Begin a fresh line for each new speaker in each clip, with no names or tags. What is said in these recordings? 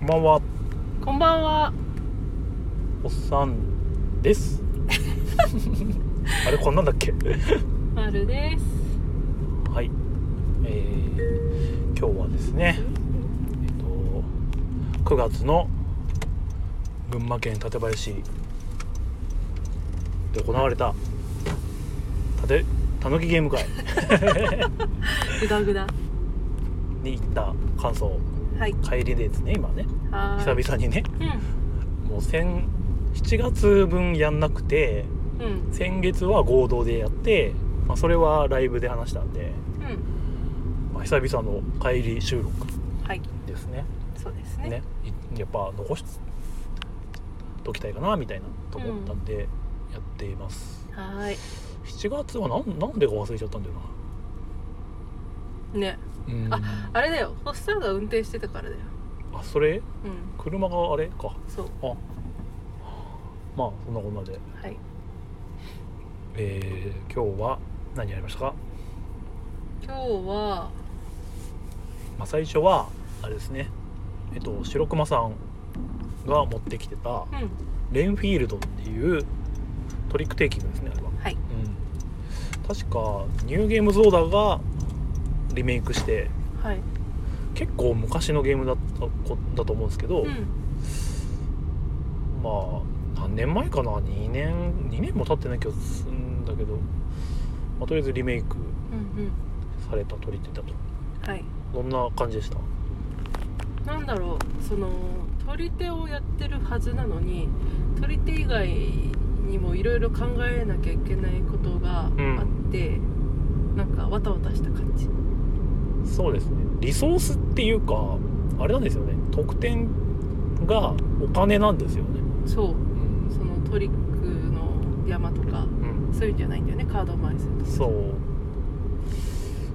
こんばんは、
こんばんは。
おっさん です。あれ、こんなんだっけ。
まるです。
はい、えー、今日はですね、えっと、9月の群馬県館林市で行われたたてたぬきゲーム会
ぐだぐだ。
に行った感想
はい。
帰りでですね今ね
はー
久
い。
々にね
久
もう先7月分やんなくて
々。うん。
先月は合同でやって、まあ、それはライブで話したんで、
うん。うん。
まあ、久々の帰り収録
はい。
ですね
そうですね。
ねいやっぱ残しときたいかなみたいなと思ったんでやっています、
はー
7月はなんなんでか忘れちゃったんだよ
い。
な
ね。
うん
あ、あれだよ。ホスターが運転してたからだよ。
あそれ
うん。
車があれか
そう。
あまあそんなこんなで
はい。
えー、今日は何やりましたか、
今日は。
まあ、最初はあれですねえっと白熊さんが持ってきてた
うん。
レンフィールドっていうトリックテイキングですねあれは
はい。
うん、確かニューゲームズオーダーがリメイクして
はい。
結構昔のゲームだったこだと思うんですけど、
うん。
まあ何年前かな2年2年も経ってない気がするんだけど、まあ、とりあえずリメイク
うん。
された撮り手だと
うん。はい。
どんな感じでした
なんだろうその取り手をやってるはずなのに取り手以外にもいろいろ考えなきゃいけないことがあって、なんかわたわたした感じ
そうですねリソースっていうかあれなんですよね得点がお金なんですよね、
そう
うん
そのトリックの山とかそういうんじゃないんだよねカードを回すると
そう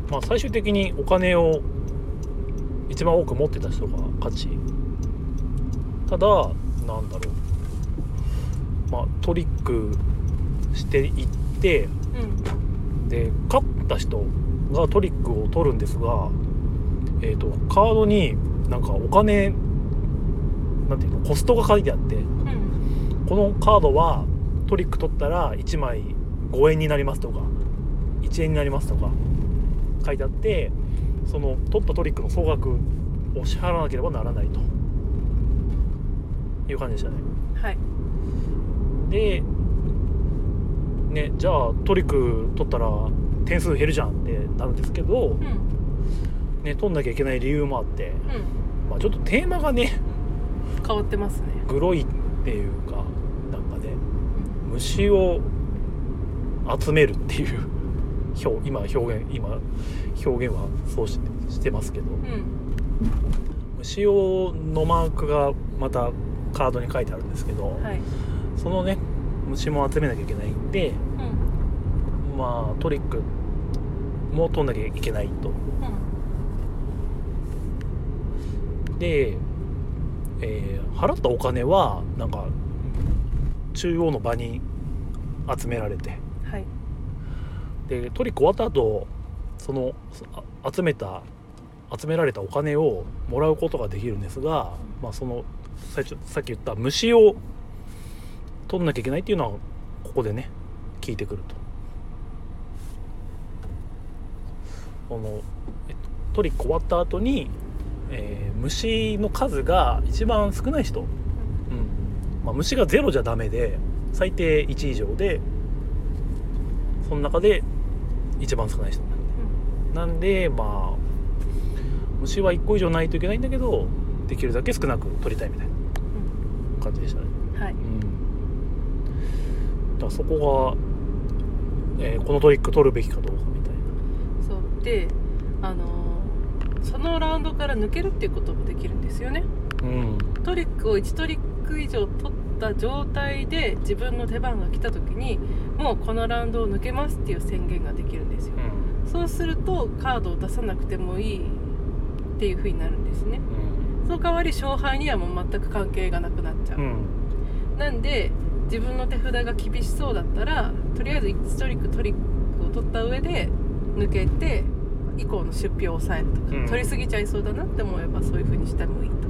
まあ最終的にお金を一番多く持ってた人が勝ちただなんだろうまあトリックしていって
うん
で勝った人がトリックを取るんですがえー、とカードになんかお金なんていうのコストが書いてあって
うん
このカードはトリック取ったら1枚5円になりますとか1円になりますとか書いてあってその取ったトリックの総額を支払わなければならないという感じでしたね
はい
でねじゃあトリック取ったら点数減るじゃんってなるんですけど
う、ん
ね、取んなきゃいけない理由もあって、
うん
まあ、ちょっとテーマがね
変わってますね
グロいっていうかなんかね虫を集めるっていう表 今表現今表現はそうししてますけど
うん
虫をのマークがまたカードに書いてあるんですけど、
はい
そのね虫も集めなきゃいけないんで
うん
まあトリックも取んなきゃいけないと。
うん
で、えー払ったお金はなんか中央の場に集められて
はい
でトリック終わった後そのそあ集めた集められたお金をもらうことができるんですが、まあ、その最初さっき言った虫を取んなきゃいけないっていうのはここでね聞いてくると。このえっとトリック終わった後に、えー虫の数が一番少ない人、うんまあ、虫が0じゃダメで最低1以上でその中で一番少ない人なんでまあ虫は1個以上ないといけないんだけどできるだけ少なく取りたいみたいな感じでしたね、
うんはい
うん、だからそこが、えーこのトリック取るべきかどうかみたい
そうであのーそのラウンドから抜けるっていうこともできるんですよね
なうん
トリックを1トリック以上取った状態で自分の出番が来た時にもうこのラウンドを抜けますっていう宣言ができるんですよ
うん
そうするとカードを出さなくてもいいっていう風になるんですねその代わり勝敗にはもう全く関係がなくなっちゃ
う
う、
ん
なんで自分の手札が厳しそうだったらとりあえず1トリックトリックを取った上で抜けて以降の出費を抑えるとか、
うん
取りすぎちゃいそうだなって思えばそういう風にしてもいいと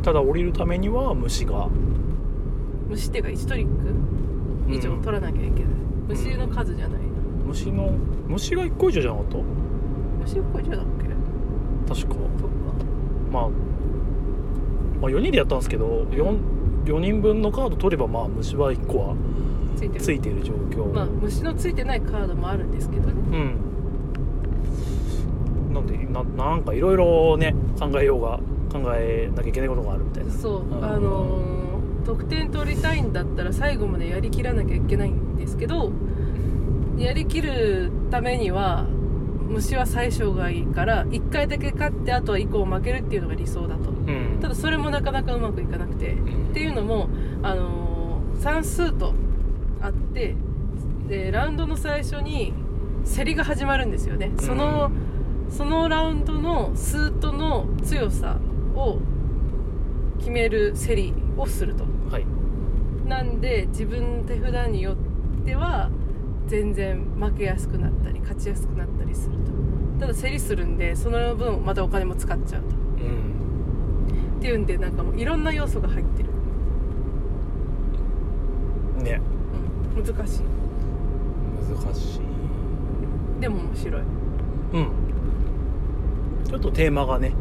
ただ降りるためには虫が
虫っていうか1トリック以上取らなきゃいけない、虫の数じゃないな
虫の虫が1個以上じゃなかっ
虫っこ以上だっけ
た確か
そっ
まあ、まあ4人でやったんですけど 4, 4人分のカード取ればまあ虫は1個は
かついてる
ついてる状況、
まあ虫のついてないカードもあるんですけどね
うんなんでななんかいろいろね考えようが考えなきゃいけないことがあるみたいな
そう
うん
あのー得点取りたいんだったら最後までやりきらなきゃいけないんですけどやりきるためには虫は最小がいいから1回だけ勝ってあとは以降負けるっていうのが理想だと
うん
ただそれもなかなかうまくいかなくてっていうのも、あのー算数とあってでラウンドの最初に競りが始まるんですよねその、そのラウンドのスートの強さを決める競りをすると
うんはい
なんで自分の手札によっては全然負けやすくなったり勝ちやすくなったりするとただ競りするんでその分またお金も使っちゃうと
うん
っていうんでなんかもういろんな要素が入ってる、
ね
うん、難しい
難しい
でも面白い
うんちょっとテーマがね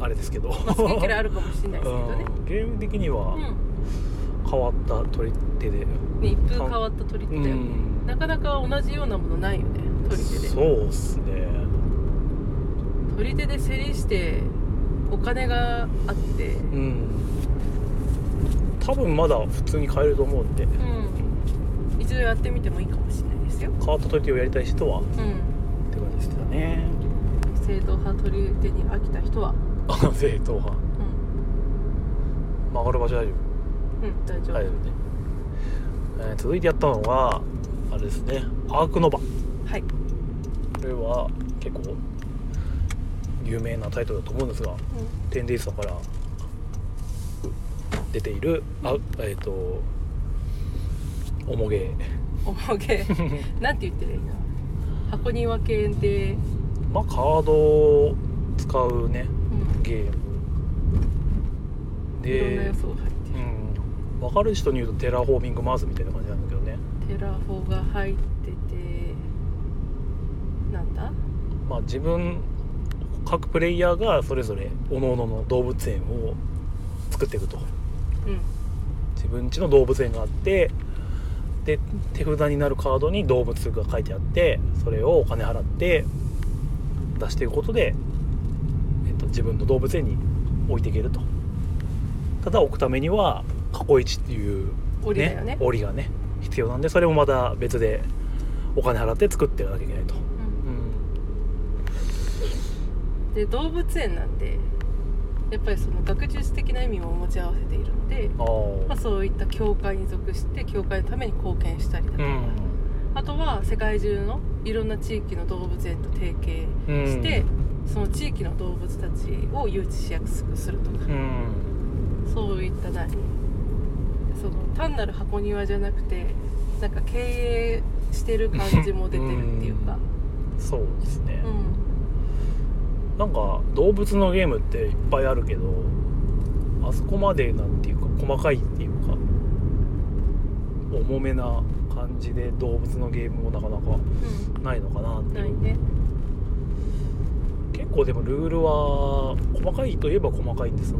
あれですけど、
まあ、好き嫌いあるかもしれないですけどね
うんゲーム的には
う
変わった取り手で、
んね一風変わった取り手だ
う
よね、
ん
なかなか同じようなものないよね取り手で
そうっすね
取り手で競りしてお金があって
うん多分まだ普通に買えると思うんで
うん一度やってみてもいいかもしれないですよ
変わった取り手をやりたい人はっ
うん
て感じでしたね
正統派取り手に飽きた人は
あ正統派
うん
曲がる場所大丈
うん大
夫
丈夫、
大丈夫ね、えー続いてやったのがあれですねアークノバ
はい
これは結構有名なタイトルだと思うんですがテンデイさんから出ているあえっ、とおもげ
おもげなんて言ってるいいの箱庭系で、
まあカードを使うね
うん、
ゲーム
いろんな
で
要、素が入ってる、
うん、分かる人に言うとテラフォーミングマウスみたいな感じなんだけどね
テラフォが入っててなんだ
まあ自分各プレイヤーがそれぞれ各々の動物園を作っていくと
うん
自分家の動物園があってで手札になるカードに動物が書いてあってそれをお金払って出していくことで、えっと、自分の動物園に置いていけるとただ置くためには過去一っていう、
檻だよね
檻がね必要なんでそれもまた別でお金払って作っていかなきゃいけないと、
う
うん
ん、で動物園なんでやっぱりその学術的な意味も持ち合わせているので、
あ
まあ、
ー
そういった教会に属して教会のために貢献したりだと
う
か、
ん
あとは世界中のいろんな地域の動物園と提携
うん
して、その地域の動物たちを誘致しやすくするとか、
うん
そういった何その単なる箱庭じゃなくてなんか経営してる感じも出てるっていうか、
そうですね、
うん
なんか動物のゲームっていっぱいあるけどあそこまでなんていうか細かいっていうか重めな感じで動物のゲームもなかなかないのかなっ
うん、
て
ない
いう
ね
結構でもルールは細かいといえば細かいんですが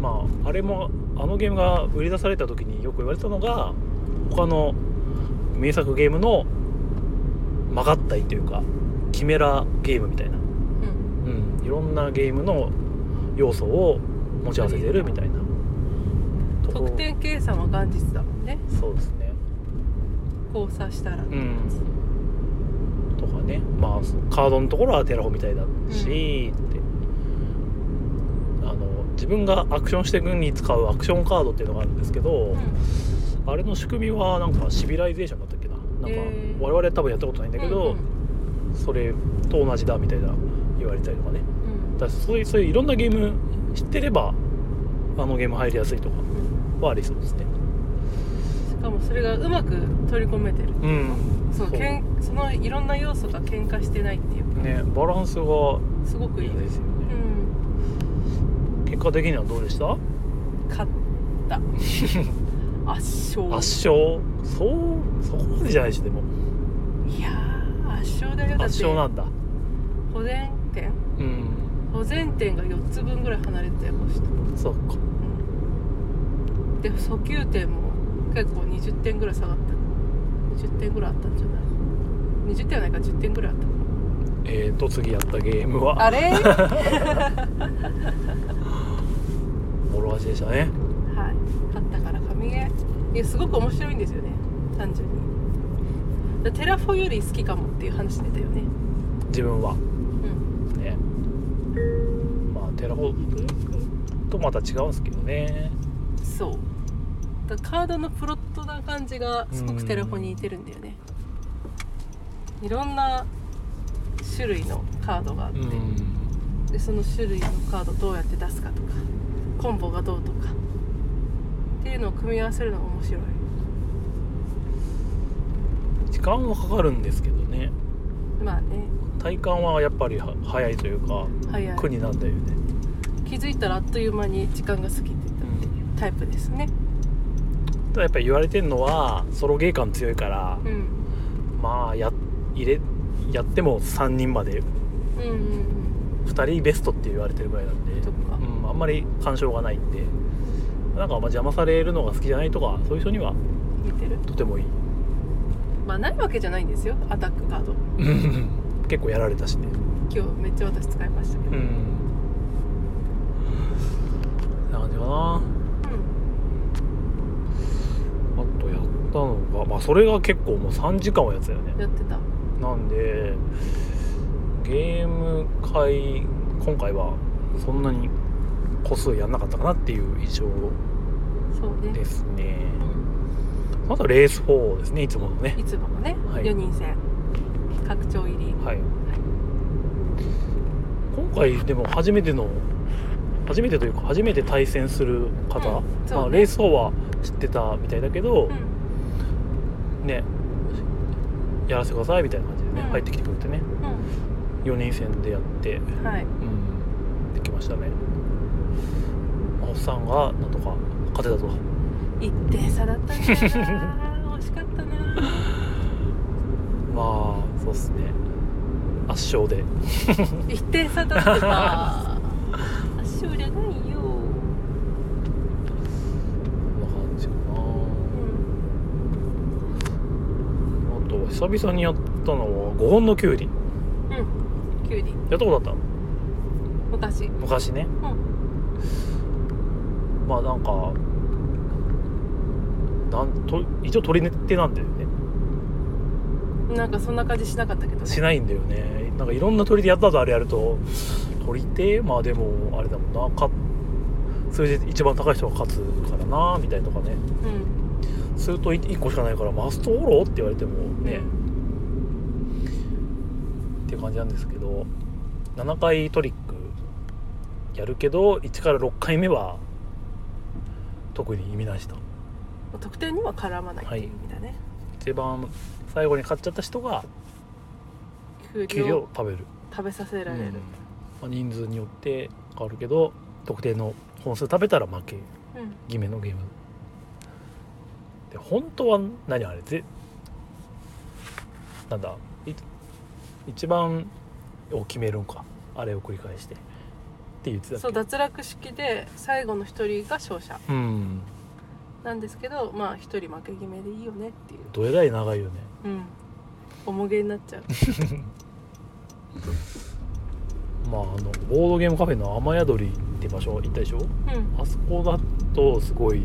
まああれもあのゲームが売り出された時によく言われてたのが他の名作ゲームの曲がったりというかキメラゲームみたいな
うん
うん、いろんなゲームの要素を持ち合わせてるみたいなとこ
得点計算は元日だもんね
そうですね
交差したら、
うんとかねまあカードのところはテラフォみたいだし、ってあの自分がアクションしていくに使うアクションカードっていうのがあるんですけど、
う
あれの仕組みはなんかシビライゼーションだったっけななんか
へー
我々多分やったことないんだけど、
うん
それと同じだみたいな言われたりとかね
うん
だからそういうそういういろんなゲーム知ってればあのゲーム入りやすいとか
うん
はありそうですね
しかもそれがうまく取り込めてるっていうか、その
そう
けんそのいろんな要素が喧嘩してないっていうか
ねバランスが
すごくい
い
い
い
で
ですすよ
う
ね、
ん
結果的にはどうでした
勝った。圧勝。
圧勝そうそこまでじゃないしでも
いやー圧勝だよ。だっ
圧
て
勝なんだ
保全点
うん
保全点が4つ分ぐらい離れてたよこうして
そっか
うんで訴求点も結構20点ぐらい下がった20点ぐらいあったんじゃない20点はないか10点ぐらいあった
えーと次やったゲームは
あれは
ボロ味でしたね
い勝ったから神ゲーいやすごく面白いんですよね単純にだテラフォより好きかもっていう話出たよね
自分は
うん
ねまあテラフォとまた違うんですけどね
そうだカードのプロットな感じがすごくテラフォに似てるんだよねいろんな種類のカードがあって、
うん
でその種類のカードどうやって出すかとかコンボがどうとかっていうのを組み合わせるのが面白い
時間はかかるんですけどね
まあね
体感はやっぱりは早いというか
早い
苦になんだよね
気づいたらあっという間に時間が過ぎてたタイプですね
ただやっぱり言われてるのはソロゲー感強いから
うん
まあや入れやっても3人まで
うんうん
2人ベストって言われてるぐらいなん
うん
で
と、か
うん、あんまり干渉がないんでなんかあんま邪魔されるのが好きじゃないとかそういう人には
似てる
とて もいい
まあないわけじゃないんですよアタックカード
結構やられたしね
今日めっちゃ私使いましたけど、
んな感じかな
うん
あとやったのがまあそれが結構もう3時間はやつだよね
やってた
なんでゲーム会今回はそんなに個数やんなかったかなっていう印象
そうね
ですね
う
またレース4ですねいつものね
んいつものね、
はい
4人戦拡張入り
はい今回でも初めての初めてというか初めて対戦する方、
うんそうね
まあ、レース4は知ってたみたいだけど、
う
ねやらせてくださいみたいな感じでね、
うん
入ってきてくれてね
んう
4人戦でやって
んはい
うんできましたねまあおっさんがなんとか勝てたと
一点差だったんだよ な惜しかったな
まあそうっすね圧勝で
一点差 だってば圧勝じゃないよ、
こんな感じかな
うん、
あと久々にやったのは5本のキュウリ
キュウリ
やったことあった
昔
昔ね、まあなんかなんと一応取り手なんだよね
なんかそんな感じしなかったけどね
しないんだよねなんかいろんな取り手やった後あれやると取り手まあでもあれだもんなか数字一番高い人が勝つからなみたいなとかね
うん
すると1個しかないからマストフォローって言われてもね、っていう感じなんですけど7回トリックやるけど1から6回目は特に意味ないしと
うん得点には絡まないっていう意味だね、
一番最後に買っちゃった人が
キ
給
ュウリ
料を
を
食べる、
食べさせられる
うんまあ、人数によって変わるけど特定の本数食べたら負け
うん、
決めのゲームで本当は何あれぜなんだい一番を決めるんかあれを繰り返してって言ってたっけ
そう脱落式で最後の一人が勝者
うん
なんですけどまあ一人負け決めでいいよねっていう
どえらい長いよね
うん重げになっちゃう
まああのボードゲームカフェの雨宿りって場所行ったでしょ
う ん
あそこだとすごい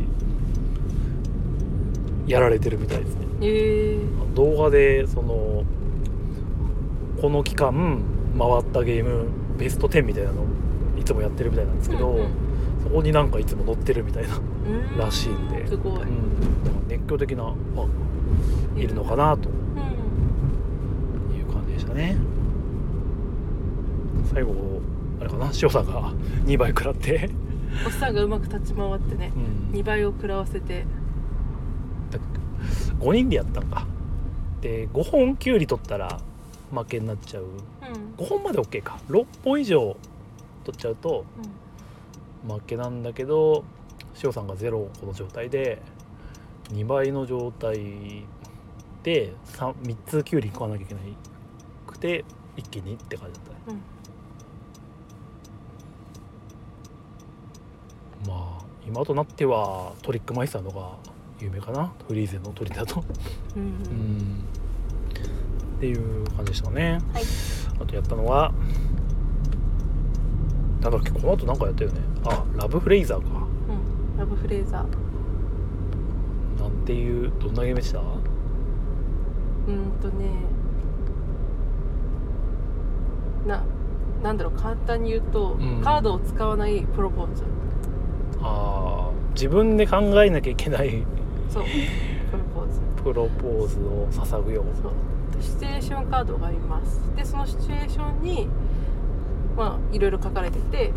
やられてるみたいですね
えー、
動画でそのこの期間回ったゲームベスト10みたいなのいつもやってるみたいなんですけど、
うん
そこになんかいつも載ってるみたいな、
うんうん
らしいんです
ごい、
うん、なんか熱狂的なファンがいるのかなと
うん
いう感じでしたね最後あれかな塩さんが 2倍食らって、
おっさんがうまく立ち回ってね
うん
2、倍を食らわせて
5人でやったんかで5本キュウリ取ったら負けになっちゃう
うん
5本まで OK か6本以上取っちゃうと負けなんだけど塩さんがゼロこの状態で2倍の状態で 3, 3つキュウリ食わなきゃいけなくて一気にって感じだったね、まあ今となってはトリックマイスターのが有名かなフリーゼの鳥だと
うん
う
うん
んっていう感じでしたね
はい
あとやったのはなんだっけこの後なんかやったよねあラブフレイザーか
うんラブフレーザー
なんていうどんなゲームでした
うーんとねななんだろう簡単に言うと、
うん
カードを使わないプロポーズ
あー自分で考えなきゃいけない
そうプロポーズ
プロポーズを捧ぐよ
そうシチュエーションカードがありますでそのシチュエーションにまあいろいろ書かれてて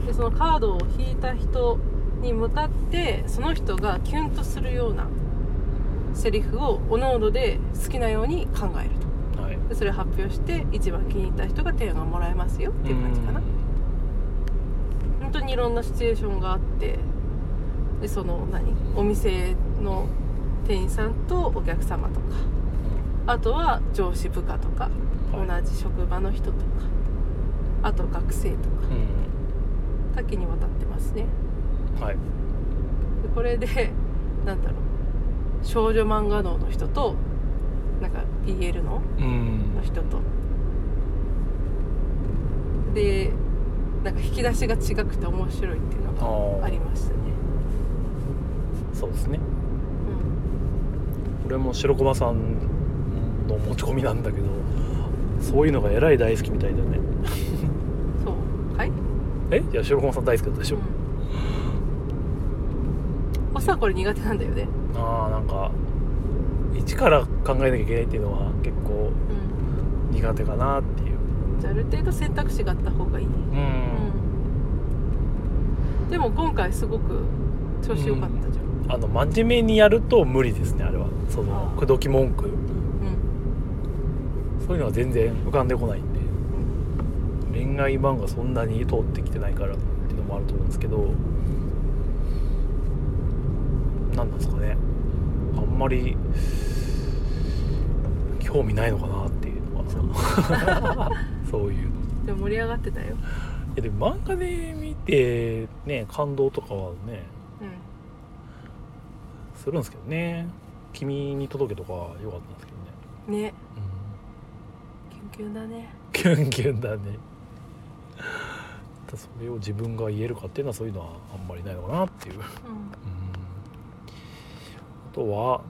うん
でそのカードを引いた人に向かってその人がキュンとするようなセリフをおのおので好きなように考えると
はい
でそれを発表して一番気に入った人が点がもらえますよっていう感じかな本当にいろんなシチュエーションがあってでその何お店の店員さんとお客様とかあとは上司部下とか
うん
同じ職場の人とかあと学生とか多岐にわたってますね
うんはい
でこれでなんだろう少女漫画脳の人となんか BL の
うん
の人とでなんか引き出しが違くて面白いっていうのがありましたね、
そうですね
うん、
これも白駒さんの持ち込みなんだけどそういうのがえらい大好きみたいだよね
そうはい、
えいや白駒さん大好きだったでしょ、
うん、おさこれ苦手なんだよね
ああなんか一から考えなきゃいけないっていうのは結構
う
苦手かなっていうん
じゃあある程度選択肢があった方がいいね
うん、
うんでも今回すごく調子良かったじゃん、
あの真面目にやると無理ですねあれはその
あ
口
ー
説き文句
うん
そういうのは全然浮かんでこないんで恋愛漫画そんなに通ってきてないからっていうのもあると思うんですけど何なんですかねあんまり興味ないのかなっていうの はそういうの
でも盛り上がってたよ、
いやでも漫画で見てね感動とかはね
う
するんですけどね「君に届け」とかは良かったんですけどね、
ん、ね
うん
キュンキュンだね
キュンキュンだねそれを自分が言えるかっていうのはそういうのはあんまりないのかなっていううんあ
うん
とは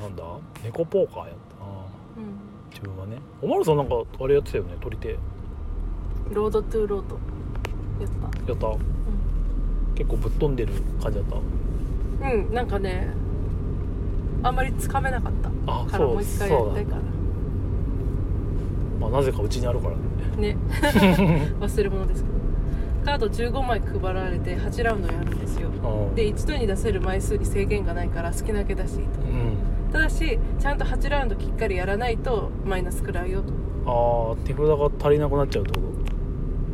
なんだ猫ポーカーやったな
うん
自分はねおまるさんなんかあれやってたよね取り手や
ロードトゥーロードやっ
った、結構ぶっ飛んでる感じだった
たうんなんかねあんまりつかめなかった
あ
から
そ
もう
う
一
そ
回
う
やりた
だ
いか
まあなぜかうちにあるからね
らね忘れ物ですけどカード15枚配られて8ラウンドやるんですよ
うん
で一度に出せる枚数に制限がないから好きなだけ出していいと
うん
ただしちゃんと8ラウンドきっかりやらないとマイナス食らうよと
ああ手札が足りなくなっちゃうってこ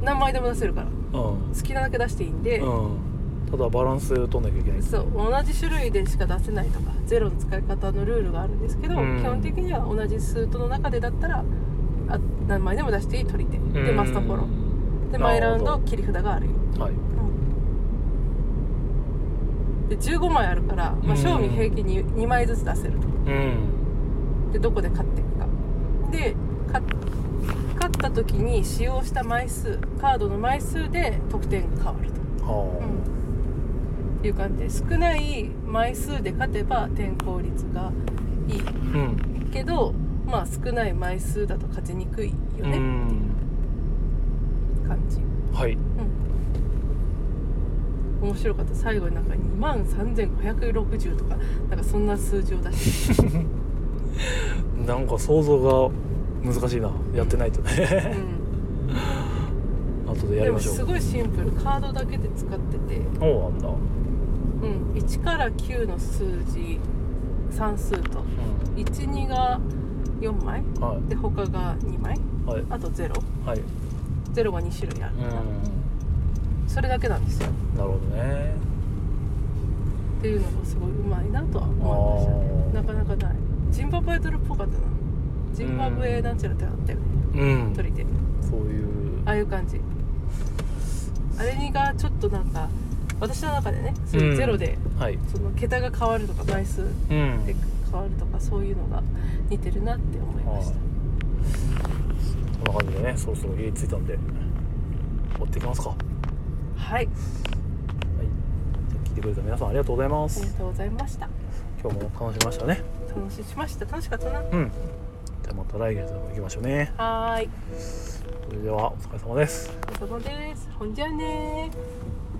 何枚でも出せるから好
とうん
きなだけ出していいんで、
うんただバランス取んなきゃいけない
そう同じ種類でしか出せないとかゼロの使い方のルールがあるんですけど、
うん
基本的には同じスートの中でだったらあ何枚でも出していい取り手でマスターフォロー
なるほど
でマイラウンド切り札があるよ、
ーはい
で15枚あるから、まあ、賞味平均に2枚ずつ出せると
うん
でどこで勝っていくかで勝勝った時に使用した枚数カードの枚数で得点が変わると、
はあ、
っていう感じで少ない枚数で勝てば転校率がいい
うん、
けどまあ少ない枚数だと勝ちにくいよ
う
ね、
ん、
感じ
はい、
面白かった最後になんか2万3560とかなんかそんな数字を出して
なんか想像が難しいな、やってないと
た、う
ね、
ん、
後でや
で
り
も
ましょ
す
う。
ごいシンプルカードだけで使ってて、
そうなんだ。
うん、1から9の数字算数と12が4枚
うん、は
で他が2枚
い、はい、
あと0ゼ
はい、
ロが2種類ある
う
から、
ん、
それだけなんですよ
なるほどね
っていうのがすごいうまいなとは思いましたねなかなかないジンバブエドルっぽかったなジンバブエなんちゃらってあったよね、
うん
鳥で
そういう
ああいう感じあれにがちょっとなんか私の中でねそういうゼロで、
はい
その桁が変わるとか枚数
うん
で変わるとかそういうのが似てるなって思いました
こんな感じでねそろそろ家に着いたんで追っていきますかはい
はい
じゃあ聞いてくれた皆さんありがとうございま
ありが
す
とうございました
今日も楽しみましたね
楽ししました楽しかったな
うんじゃあまた来月も行きましょうね
はーい
それではお疲れ様です
お疲れ様ですほんじゃあねー